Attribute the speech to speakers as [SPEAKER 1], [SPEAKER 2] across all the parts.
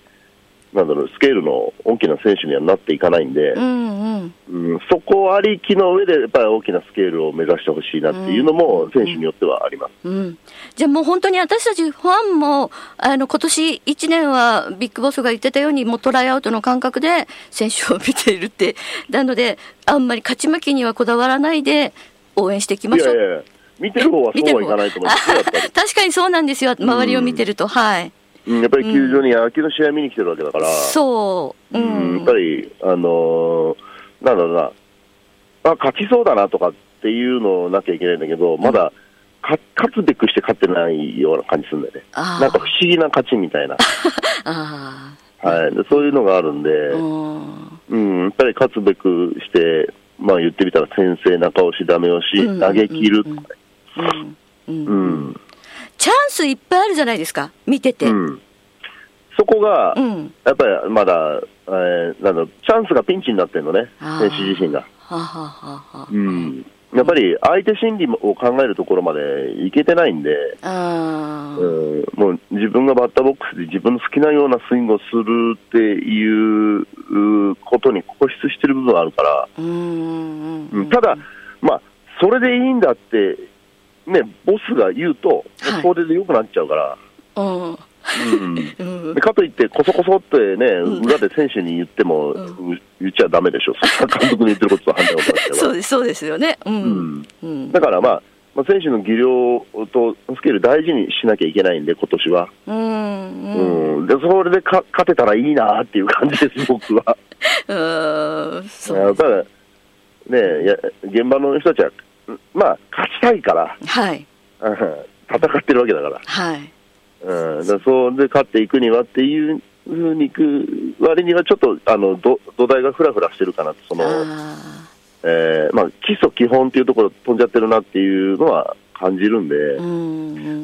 [SPEAKER 1] なんだろう、スケールの大きな選手にはなっていかないんで、
[SPEAKER 2] うんうん
[SPEAKER 1] うんそこありきの上で、やっぱり大きなスケールを目指してほしいなっていうのも、選手によってはあります。
[SPEAKER 2] うん、じゃあもう本当に私たちファンもあの今年1年はビッグボスが言ってたようにもうトライアウトの感覚で選手を見ているって なのであんまり勝ち負けにはこだわらないで応援していきま
[SPEAKER 1] い
[SPEAKER 2] しょ
[SPEAKER 1] や
[SPEAKER 2] う
[SPEAKER 1] いやいや、見てる方はそうはいかないと思いますよ、やっぱり。
[SPEAKER 2] 確かにそうなんですよ周りを見てると、はい
[SPEAKER 1] うんやっぱり球場に野球の試合見に来てるわけだから、
[SPEAKER 2] そうう
[SPEAKER 1] うん
[SPEAKER 2] ん
[SPEAKER 1] やっぱり、あのーなんだろうな、あ、勝ちそうだなとかっていうのをなきゃいけないんだけど、まだ、か勝つべくして勝ってないような感じするんだよね。
[SPEAKER 2] あー
[SPEAKER 1] なんか不思議な勝ち みたいな。
[SPEAKER 2] あ
[SPEAKER 1] はい、でそういうのがあるんで、
[SPEAKER 2] あうん
[SPEAKER 1] うん、やっぱり勝つべくして、まあ、言ってみたら先制、中押し、ダメ押し、
[SPEAKER 2] うん
[SPEAKER 1] 投げ切るとかね、
[SPEAKER 2] うんうん
[SPEAKER 1] うん
[SPEAKER 2] チャンスいっぱいあるじゃないですか、見てて。うん、
[SPEAKER 1] うんそこが、
[SPEAKER 2] うん
[SPEAKER 1] やっぱりまだ、えーなんだろうチャンスがピンチになってるのね、
[SPEAKER 2] あー
[SPEAKER 1] 選手自身が。
[SPEAKER 2] はあはあはあはあ
[SPEAKER 1] うんやっぱり相手心理を考えるところまでいけてないんで、
[SPEAKER 2] あー
[SPEAKER 1] うんもう自分がバッターボックスで自分の好きなようなスイングをするっていううことに固執してる部分があるから、
[SPEAKER 2] うーん
[SPEAKER 1] うんただ、まあ、それでいいんだって、ね、ボスが言うと、
[SPEAKER 2] はい
[SPEAKER 1] それで良くなっちゃうから、
[SPEAKER 2] うん
[SPEAKER 1] うん
[SPEAKER 2] うん
[SPEAKER 1] でかといって、こそこそってね、裏で選手に言っても、う言っちゃだめでしょ、 そんな監督に言ってることと反対のことだけど
[SPEAKER 2] そうですそうですよねう
[SPEAKER 1] うんん
[SPEAKER 2] うん
[SPEAKER 1] だから、まあ、まあ、選手の技量とスケール大事にしなきゃいけないんで、今年は。
[SPEAKER 2] うんうん
[SPEAKER 1] うん、でそれでか勝てたらいいなっていう感 じです、僕は。
[SPEAKER 2] うーん
[SPEAKER 1] た
[SPEAKER 2] そう
[SPEAKER 1] だ、ねいや、現場の人たちは、まあ、勝ちたいから、
[SPEAKER 2] はい
[SPEAKER 1] うん戦ってるわけだから、
[SPEAKER 2] はい
[SPEAKER 1] うん、だからそれで勝っていくにはっていうふうにいく割には、ちょっとあのど土台がふらふらしてるかなと、その
[SPEAKER 2] あ
[SPEAKER 1] えーまあ、基礎、基本っていうところ、飛んじゃってるなっていうのは感じるんで。
[SPEAKER 2] ーうんう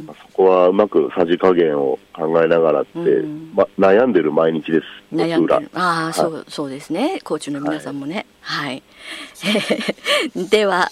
[SPEAKER 2] ん
[SPEAKER 1] まあそこはうまくさじ加減を考えながらって、
[SPEAKER 2] うん
[SPEAKER 1] まあ、悩んでる毎日です、
[SPEAKER 2] 悩ん
[SPEAKER 1] 僕ら
[SPEAKER 2] でる。ああ、そうそうですねコーチの皆さんもねはい、 では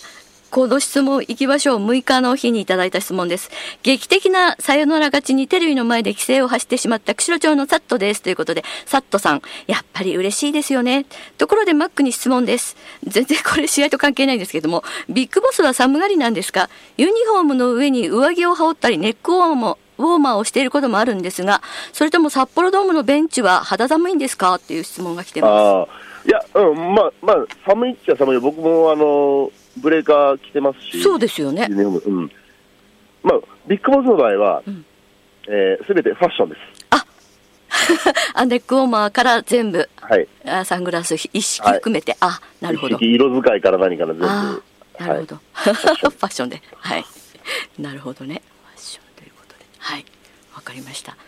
[SPEAKER 2] この質問いきましょう6日の日にいただいた質問です劇的なサヨナラ勝ちにテレビの前で規制を発してしまった釧路町のサットですということでサットさんやっぱり嬉しいですよねところでマックに質問です全然これ試合と関係ないんですけどもビッグボスは寒がりなんですかユニフォームの上に上着を羽織ったりネックウォーマーウォーマーをしていることもあるんですがそれとも札幌ドームのベンチは肌寒いんですかっていう質問が来てます
[SPEAKER 1] あーいや、うん、まあ、まあ、寒いっちゃ寒いよ、僕もあのブレーカー着てますし、
[SPEAKER 2] そうですよね
[SPEAKER 1] ユニフォームうんまあ、ビッグボスの場合は、す、
[SPEAKER 2] ん
[SPEAKER 1] えべ、全てファッションです、
[SPEAKER 2] あネックウォーマーから全部
[SPEAKER 1] はい、
[SPEAKER 2] あサングラス一式
[SPEAKER 1] はい
[SPEAKER 2] 含めて、あなるほど
[SPEAKER 1] 一式色使いから何から全部、
[SPEAKER 2] あーなるほど、 ファッションではいなるほどねファッションということではいわかりました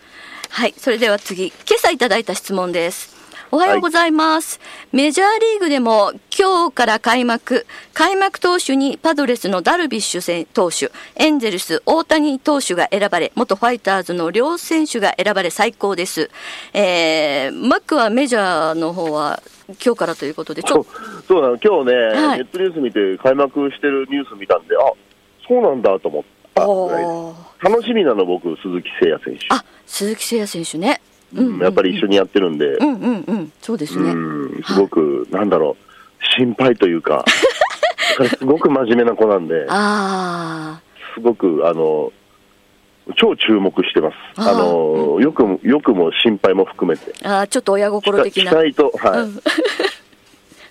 [SPEAKER 2] はいそれでは次今朝いただいた質問ですおはようございます、メジャーリーグでも今日から開幕開幕投手にパドレスのダルビッシュ選投手エンゼルス大谷投手が選ばれ元ファイターズの両選手が選ばれ最高です、えー、マックはメジャーの方は今日からということでち
[SPEAKER 1] そ
[SPEAKER 2] ょっ
[SPEAKER 1] うそうなの今日ね、
[SPEAKER 2] はい
[SPEAKER 1] ネットニュース見て、開幕してるニュース見たんで、あそうなんだと思ったぐらいです
[SPEAKER 2] と
[SPEAKER 1] 楽しみなの、僕、鈴木誠也選手。
[SPEAKER 2] あ、鈴木誠也選手ね。
[SPEAKER 1] うんやっぱり一緒にやってるんで、
[SPEAKER 2] うんうんうん、そうですね。
[SPEAKER 1] うんすごく、なんだろう、心配とい うか、彼すごく真面目な子なんで、
[SPEAKER 2] あ
[SPEAKER 1] すごく、あの、超注目してます。
[SPEAKER 2] あ
[SPEAKER 1] あ
[SPEAKER 2] ー
[SPEAKER 1] の、よくも、よくも心配も含めて。
[SPEAKER 2] ーあー、ちょっと親
[SPEAKER 1] 期
[SPEAKER 2] 心
[SPEAKER 1] 待
[SPEAKER 2] 的
[SPEAKER 1] 期
[SPEAKER 2] な。
[SPEAKER 1] 待と、は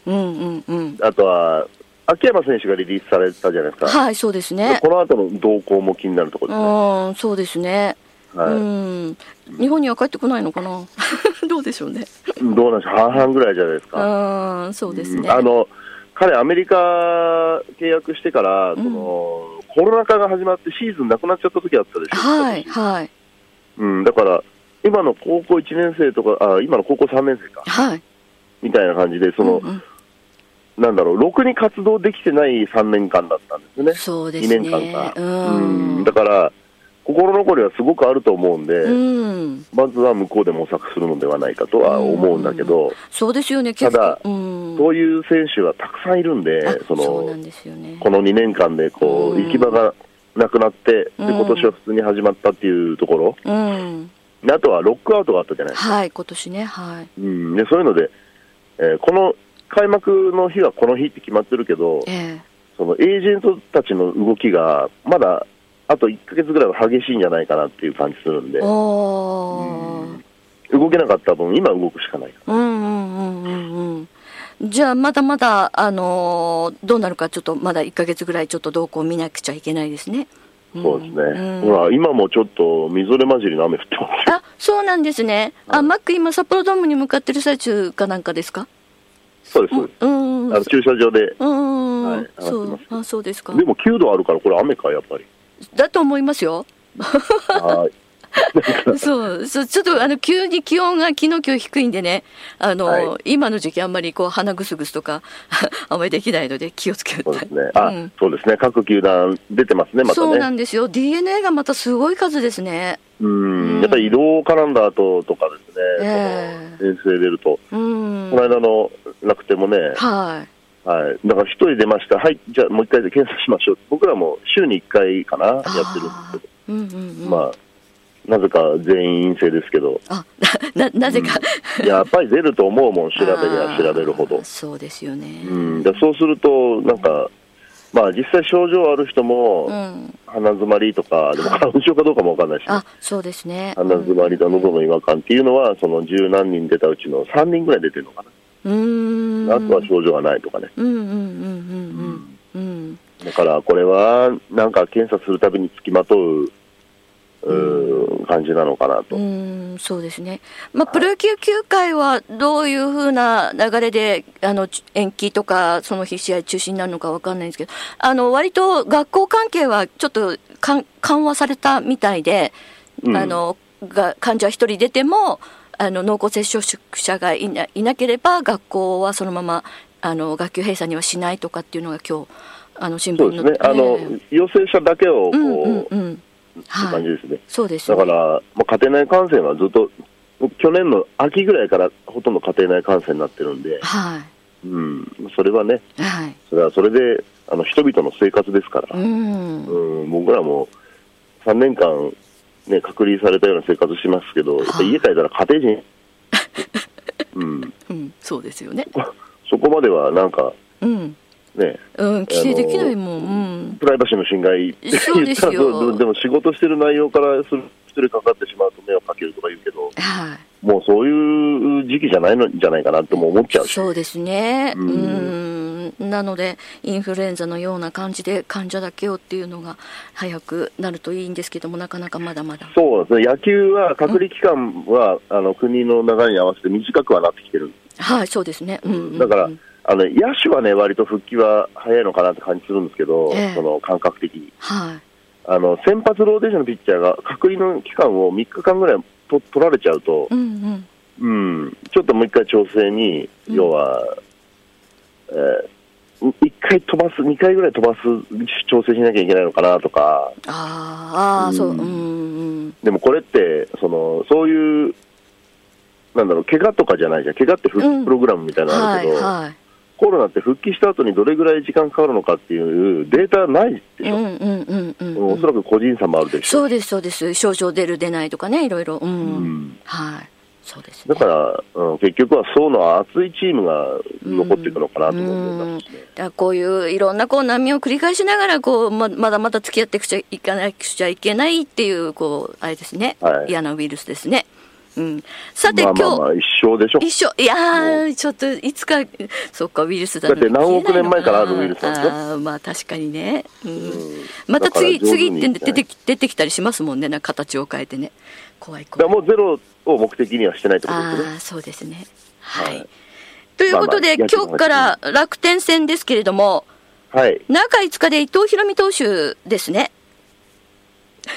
[SPEAKER 1] い。
[SPEAKER 2] うんうん うんうん。
[SPEAKER 1] あとは、秋山選手がリリースされたじゃないですか。
[SPEAKER 2] はい、そうですね
[SPEAKER 1] で。この後の動向も気になるとこ
[SPEAKER 2] う
[SPEAKER 1] ろで
[SPEAKER 2] ん、そうですね。
[SPEAKER 1] すね。はい
[SPEAKER 2] うん、日本には帰ってこないのかな。 どうでしょうね。
[SPEAKER 1] どうなんでしょう、半々ぐらいじゃないですか。
[SPEAKER 2] うん、そうですね。
[SPEAKER 1] あの彼、アメリカ契約してから、そのコロナ禍が始まってシーズンなくなっちゃった時あったでしょ、
[SPEAKER 2] はいはい
[SPEAKER 1] うん、だから今の高校1年生とかあ、今の高校3年生か
[SPEAKER 2] はい。
[SPEAKER 1] みたいな感じで、その
[SPEAKER 2] うんうん
[SPEAKER 1] なんだろう、ろくに活動できてない3年間だったんですよね、
[SPEAKER 2] そうで
[SPEAKER 1] 2
[SPEAKER 2] すね。
[SPEAKER 1] 年間か。
[SPEAKER 2] うん。
[SPEAKER 1] だから、心残りはすごくあると思うんで、
[SPEAKER 2] うん、
[SPEAKER 1] まずは向こうで模索するのではないかとは思うんだけど、
[SPEAKER 2] そうですよね。結
[SPEAKER 1] ただ
[SPEAKER 2] 構。うん。
[SPEAKER 1] そういう選手はたくさんいるんで
[SPEAKER 2] あ、
[SPEAKER 1] その
[SPEAKER 2] そうなんですよね。
[SPEAKER 1] この2年間でこう
[SPEAKER 2] うん
[SPEAKER 1] 行き場がなくなって、で
[SPEAKER 2] うん
[SPEAKER 1] 今年は普通に始まったっていうところ、
[SPEAKER 2] うん。
[SPEAKER 1] であとはロックアウトがあったじゃないですか、
[SPEAKER 2] はい、今年ね、はい。
[SPEAKER 1] うん、でそういうので、えーこの開幕の日はこの日って決まってるけど
[SPEAKER 2] え、え
[SPEAKER 1] そのエージェントたちの動きが、まだあと1ヶ月ぐらいは激しいんじゃないかなっていう感じするんで、
[SPEAKER 2] おー
[SPEAKER 1] 動けなかった分、今動くしかないか
[SPEAKER 2] うんうんうんうんうんじゃあまだまだあのーどうなるかちょっとまだ1ヶ月ぐらいちょっと動向を見なくちゃいけないですね。
[SPEAKER 1] ら、そうですね、
[SPEAKER 2] うん
[SPEAKER 1] ほら、今もちょっとみぞれ混じりの雨降ってますよ。
[SPEAKER 2] あそうなんですね。あマック今札幌ドームに向かってる最中かなんかですか。
[SPEAKER 1] そうです、
[SPEAKER 2] う
[SPEAKER 1] そうん
[SPEAKER 2] うん
[SPEAKER 1] ですあの駐車場で、
[SPEAKER 2] うん、
[SPEAKER 1] はい
[SPEAKER 2] そ
[SPEAKER 1] 上が
[SPEAKER 2] う
[SPEAKER 1] ってます
[SPEAKER 2] あそうですか
[SPEAKER 1] で。も9度あるから、これ、雨か、やっぱ り。
[SPEAKER 2] だと思いますよ。
[SPEAKER 1] はい
[SPEAKER 2] そうそうちょっとあの急に気温が昨日今日低いんでねあの、
[SPEAKER 1] は
[SPEAKER 2] 今の時期あんまりこう鼻ぐすぐすとか あんまりできないので気をつけ
[SPEAKER 1] そ
[SPEAKER 2] た
[SPEAKER 1] う
[SPEAKER 2] い
[SPEAKER 1] ですね。あ、
[SPEAKER 2] うん
[SPEAKER 1] そうですね。各球団出てますね、またね。
[SPEAKER 2] そうなんですよ DNA がまたすごい数ですね
[SPEAKER 1] うん
[SPEAKER 2] うん
[SPEAKER 1] やっぱり移動を絡んだ後とかですね、
[SPEAKER 2] ええ
[SPEAKER 1] その遠征出ると、
[SPEAKER 2] うん
[SPEAKER 1] この間の楽天もね、
[SPEAKER 2] はい
[SPEAKER 1] はい、だから一人出ました、はい、じゃあもう一回で検査しましょう、僕らも週に1回かな、やってるんですけど、
[SPEAKER 2] うんうんうん。
[SPEAKER 1] まあ、なぜか全員陰性です けど、
[SPEAKER 2] あ、な、なぜか。
[SPEAKER 1] いややっぱり出ると思うもん、調べりゃ調べるほ
[SPEAKER 2] あ
[SPEAKER 1] ど
[SPEAKER 2] ー。そうですよね。
[SPEAKER 1] うん、でそうすると、なんか、まあ、実際症状ある人も、
[SPEAKER 2] うん。
[SPEAKER 1] 鼻づまりとか、でも花粉症かどうかもわかんないしね、
[SPEAKER 2] あ、そうですね。
[SPEAKER 1] 鼻づまりと喉の違和感っていうのは、その十何人出たうちの3人ぐらい出てるのか
[SPEAKER 2] うーん。
[SPEAKER 1] な、あとは症状がないとかね、
[SPEAKER 2] うんうんうんうんうんうん。
[SPEAKER 1] だからこれはなんか検査するたびにつきまとううー感じなのかなと、
[SPEAKER 2] うーん、そうですね。まあ、プロ野球球界はどういうふうな流れで、あの、ち延期とか、その日試合中止になるのかわかんないんですけど、あの、割と学校関係はちょっとかん緩和されたみたいで、
[SPEAKER 1] うん
[SPEAKER 2] あの、が患者一人出ても、あの、濃厚接触者がいないなければ、学校はそのまま、あの、学級閉鎖にはしないとかっていうのが今日、あの、新聞
[SPEAKER 1] そうで
[SPEAKER 2] の、
[SPEAKER 1] すね、あの
[SPEAKER 2] ええ
[SPEAKER 1] 陽性者だけをこう、
[SPEAKER 2] うんうん
[SPEAKER 1] って
[SPEAKER 2] うん。は
[SPEAKER 1] 感じ
[SPEAKER 2] い。
[SPEAKER 1] ですね、
[SPEAKER 2] そうです
[SPEAKER 1] だ
[SPEAKER 2] ね。
[SPEAKER 1] から、まあ、家庭内感染はずっと、去年の秋ぐらいからほとんど家庭内感染になってるんで、
[SPEAKER 2] は
[SPEAKER 1] うん、それはね、
[SPEAKER 2] い。はい。
[SPEAKER 1] それはそれであの人々の生活ですから
[SPEAKER 2] う、ん。
[SPEAKER 1] うん、僕らも3年間、ね、隔離されたような生活しますけど、やっぱり家帰ったら家庭人、うん、
[SPEAKER 2] うん、そうですよね。
[SPEAKER 1] そこまではなんか、
[SPEAKER 2] うん。
[SPEAKER 1] ね、
[SPEAKER 2] うん、規制できないもん。
[SPEAKER 1] プライバシーの侵害って
[SPEAKER 2] そう
[SPEAKER 1] 言
[SPEAKER 2] で
[SPEAKER 1] っ
[SPEAKER 2] す
[SPEAKER 1] た
[SPEAKER 2] よ
[SPEAKER 1] らどうでも仕事してる内容からする一人かかってしまうと迷惑かけるとか言うけど
[SPEAKER 2] うん。はい。
[SPEAKER 1] もうそういう時期じゃないのじゃないかなとも思っちゃうし、
[SPEAKER 2] そうですね。う
[SPEAKER 1] うん
[SPEAKER 2] ん。なので、インフルエンザのような感じで患者だけをっていうのが早くなるといいんですけども、なかなかまだまだ。
[SPEAKER 1] そうですね野球は隔離期間はあの国の流れに合わせて短くはなってきてるんで
[SPEAKER 2] はい、そうですね。うんうんうん。
[SPEAKER 1] だから、あの野手はね、割と復帰は早いのかなって感じするんですけど、
[SPEAKER 2] ええ
[SPEAKER 1] その感覚的に
[SPEAKER 2] はい。
[SPEAKER 1] あの、先発ローテーションのピッチャーが隔離の期間を3日間ぐらいと取られちゃうと
[SPEAKER 2] う、んうん。
[SPEAKER 1] うん、ちょっともう一回調整に、
[SPEAKER 2] うん
[SPEAKER 1] 要は、えー、1回飛ばす、2回ぐらい飛ばす調整しなきゃいけないのかなとか、
[SPEAKER 2] あーあー、そう。う
[SPEAKER 1] う
[SPEAKER 2] ん
[SPEAKER 1] ん
[SPEAKER 2] うん。
[SPEAKER 1] でもこれって、そのそういう、なんだろう、怪我とかじゃないじゃん、怪我って復
[SPEAKER 2] うん
[SPEAKER 1] 帰プログラムみたいなのある
[SPEAKER 2] は
[SPEAKER 1] け
[SPEAKER 2] い
[SPEAKER 1] ど。
[SPEAKER 2] は
[SPEAKER 1] コロナって復帰した後にどれぐらい時間かかるのかっていうデータないで
[SPEAKER 2] い。
[SPEAKER 1] し
[SPEAKER 2] う
[SPEAKER 1] ょ、
[SPEAKER 2] んうんうんうん
[SPEAKER 1] おそ
[SPEAKER 2] うん。
[SPEAKER 1] らく個人差もあるでしょ、
[SPEAKER 2] そうですそうです。症状出る出ないとかね、いろいろ。うん。
[SPEAKER 1] うん
[SPEAKER 2] はい。そうです、ね。
[SPEAKER 1] だから、うん、結局は層の厚いチームが残っていくのかなと思ってますね。
[SPEAKER 2] だからこういういろんなこう波を繰り返しながらこうままだまだ付き合ってくちゃいかなくちゃいけないっていうこうあれですね、
[SPEAKER 1] はい
[SPEAKER 2] 嫌なウイルスですね。うん、さて、
[SPEAKER 1] まあまあま
[SPEAKER 2] 今
[SPEAKER 1] あ一生でしょ
[SPEAKER 2] 日一緒いやーちょっといつかそっかウイルスだのに
[SPEAKER 1] だって何億年前からあるウイルスなんですよ
[SPEAKER 2] あーまあ確かにね、うん
[SPEAKER 1] うん
[SPEAKER 2] また次
[SPEAKER 1] だから上手
[SPEAKER 2] 次っ
[SPEAKER 1] に
[SPEAKER 2] て出
[SPEAKER 1] は
[SPEAKER 2] て
[SPEAKER 1] い
[SPEAKER 2] き出てきたりしますもんねなんか形を変えてね怖い
[SPEAKER 1] だから
[SPEAKER 2] 怖い
[SPEAKER 1] もうゼロを目的にはしてないってことですね
[SPEAKER 2] ああそうですねはい、
[SPEAKER 1] はい
[SPEAKER 2] ということで、
[SPEAKER 1] まあまあ
[SPEAKER 2] 今日から楽天戦ですけれども、
[SPEAKER 1] はい
[SPEAKER 2] 中5日で伊藤博美投手ですね。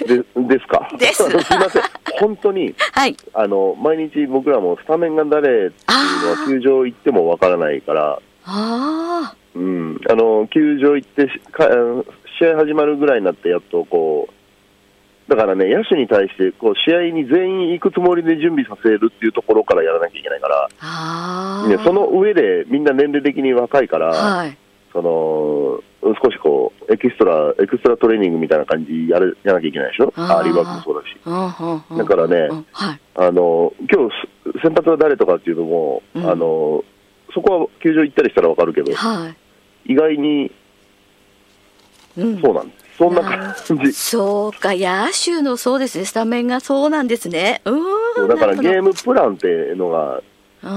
[SPEAKER 1] でですか
[SPEAKER 2] です
[SPEAKER 1] すいません本当に
[SPEAKER 2] はい。
[SPEAKER 1] あの毎日僕らもスタメンが誰っていうのは球場行ってもわからないから
[SPEAKER 2] あ
[SPEAKER 1] うん、あの球場行ってしかあの試合始まるぐらいになってやっとこうだからね野手に対してこう試合に全員行くつもりで準備させるっていうところからやらなきゃいけないか
[SPEAKER 2] あ。あ
[SPEAKER 1] ら、
[SPEAKER 2] あ。
[SPEAKER 1] ね、その上でみんな年齢的に若いから、
[SPEAKER 2] はい。
[SPEAKER 1] その少しこうエキストラエクストラトレーニングみたいな感じやるやらなきゃいけないでしょ
[SPEAKER 2] あー
[SPEAKER 1] アーリーバックもそうだし
[SPEAKER 2] うんうんうん。
[SPEAKER 1] だからね
[SPEAKER 2] うんはい。
[SPEAKER 1] あの今日す先発は誰とかっていうのも、
[SPEAKER 2] うん
[SPEAKER 1] あのそこは球場行ったりしたらわかるけど
[SPEAKER 2] は
[SPEAKER 1] 意外に
[SPEAKER 2] い。うん。
[SPEAKER 1] そうなんです、そんな感じ
[SPEAKER 2] そうか、野手のそうですね、スタメンがそうなんですね。うー
[SPEAKER 1] そ
[SPEAKER 2] ん。
[SPEAKER 1] うだからゲ
[SPEAKER 2] ム。
[SPEAKER 1] ームプランっていうのが、
[SPEAKER 2] あ
[SPEAKER 1] う
[SPEAKER 2] あ。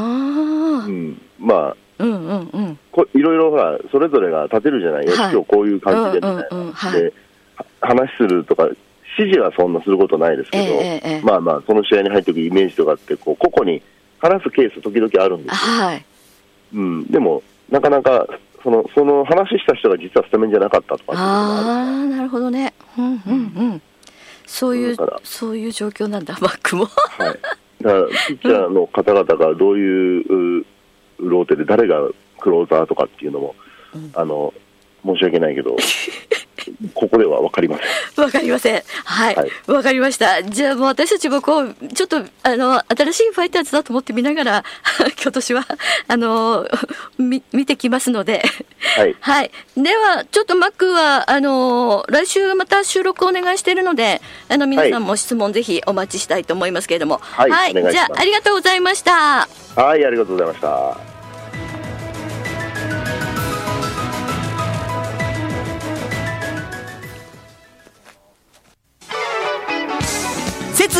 [SPEAKER 1] ん、まあ
[SPEAKER 2] うんうんうん。
[SPEAKER 1] こいろいろほらそれぞれが立てるじゃないよ、
[SPEAKER 2] はい
[SPEAKER 1] 今日こういう感じでみたいな、
[SPEAKER 2] うんうんうんはい
[SPEAKER 1] では話するとか指示はそんなすることないですけど、
[SPEAKER 2] ええええ
[SPEAKER 1] まあまあその試合に入ってくるイメージとかってこう個々に話すケース時々あるんですよ、
[SPEAKER 2] はい。
[SPEAKER 1] うん、でもなかなかそのその話した人が実はスタメンじゃなかったとかっていうのがある
[SPEAKER 2] ああ、なるほどね。うんうんうん。そういう
[SPEAKER 1] だから、
[SPEAKER 2] そういう状況なんだ、バックも。
[SPEAKER 1] はい、だからピッチャーの方々がどういううローテで 誰がクローザーとかっていうのも、あの申し訳ないけどここでは分かりません。
[SPEAKER 2] わかりません。はい。わ
[SPEAKER 1] は、い
[SPEAKER 2] かりました。じゃあもう私たちもこう、ちょっと、あの、新しいファイターズだと思って見ながら、 今年は、あの、み、見てきますので。
[SPEAKER 1] はい
[SPEAKER 2] では、ちょっとマックは、あの、来週また収録お願いしているので、あの、皆さんも質問ぜひお待ちしたいと思いますけれども。
[SPEAKER 1] はいお願いします
[SPEAKER 2] じゃあ、ありがとうございました。
[SPEAKER 1] はい、ありがとうございました。
[SPEAKER 3] 設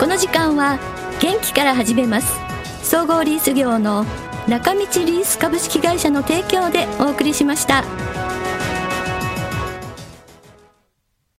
[SPEAKER 2] この時間は元気から始めます総合リース業の中道リース株式会社の提供でお送りしました。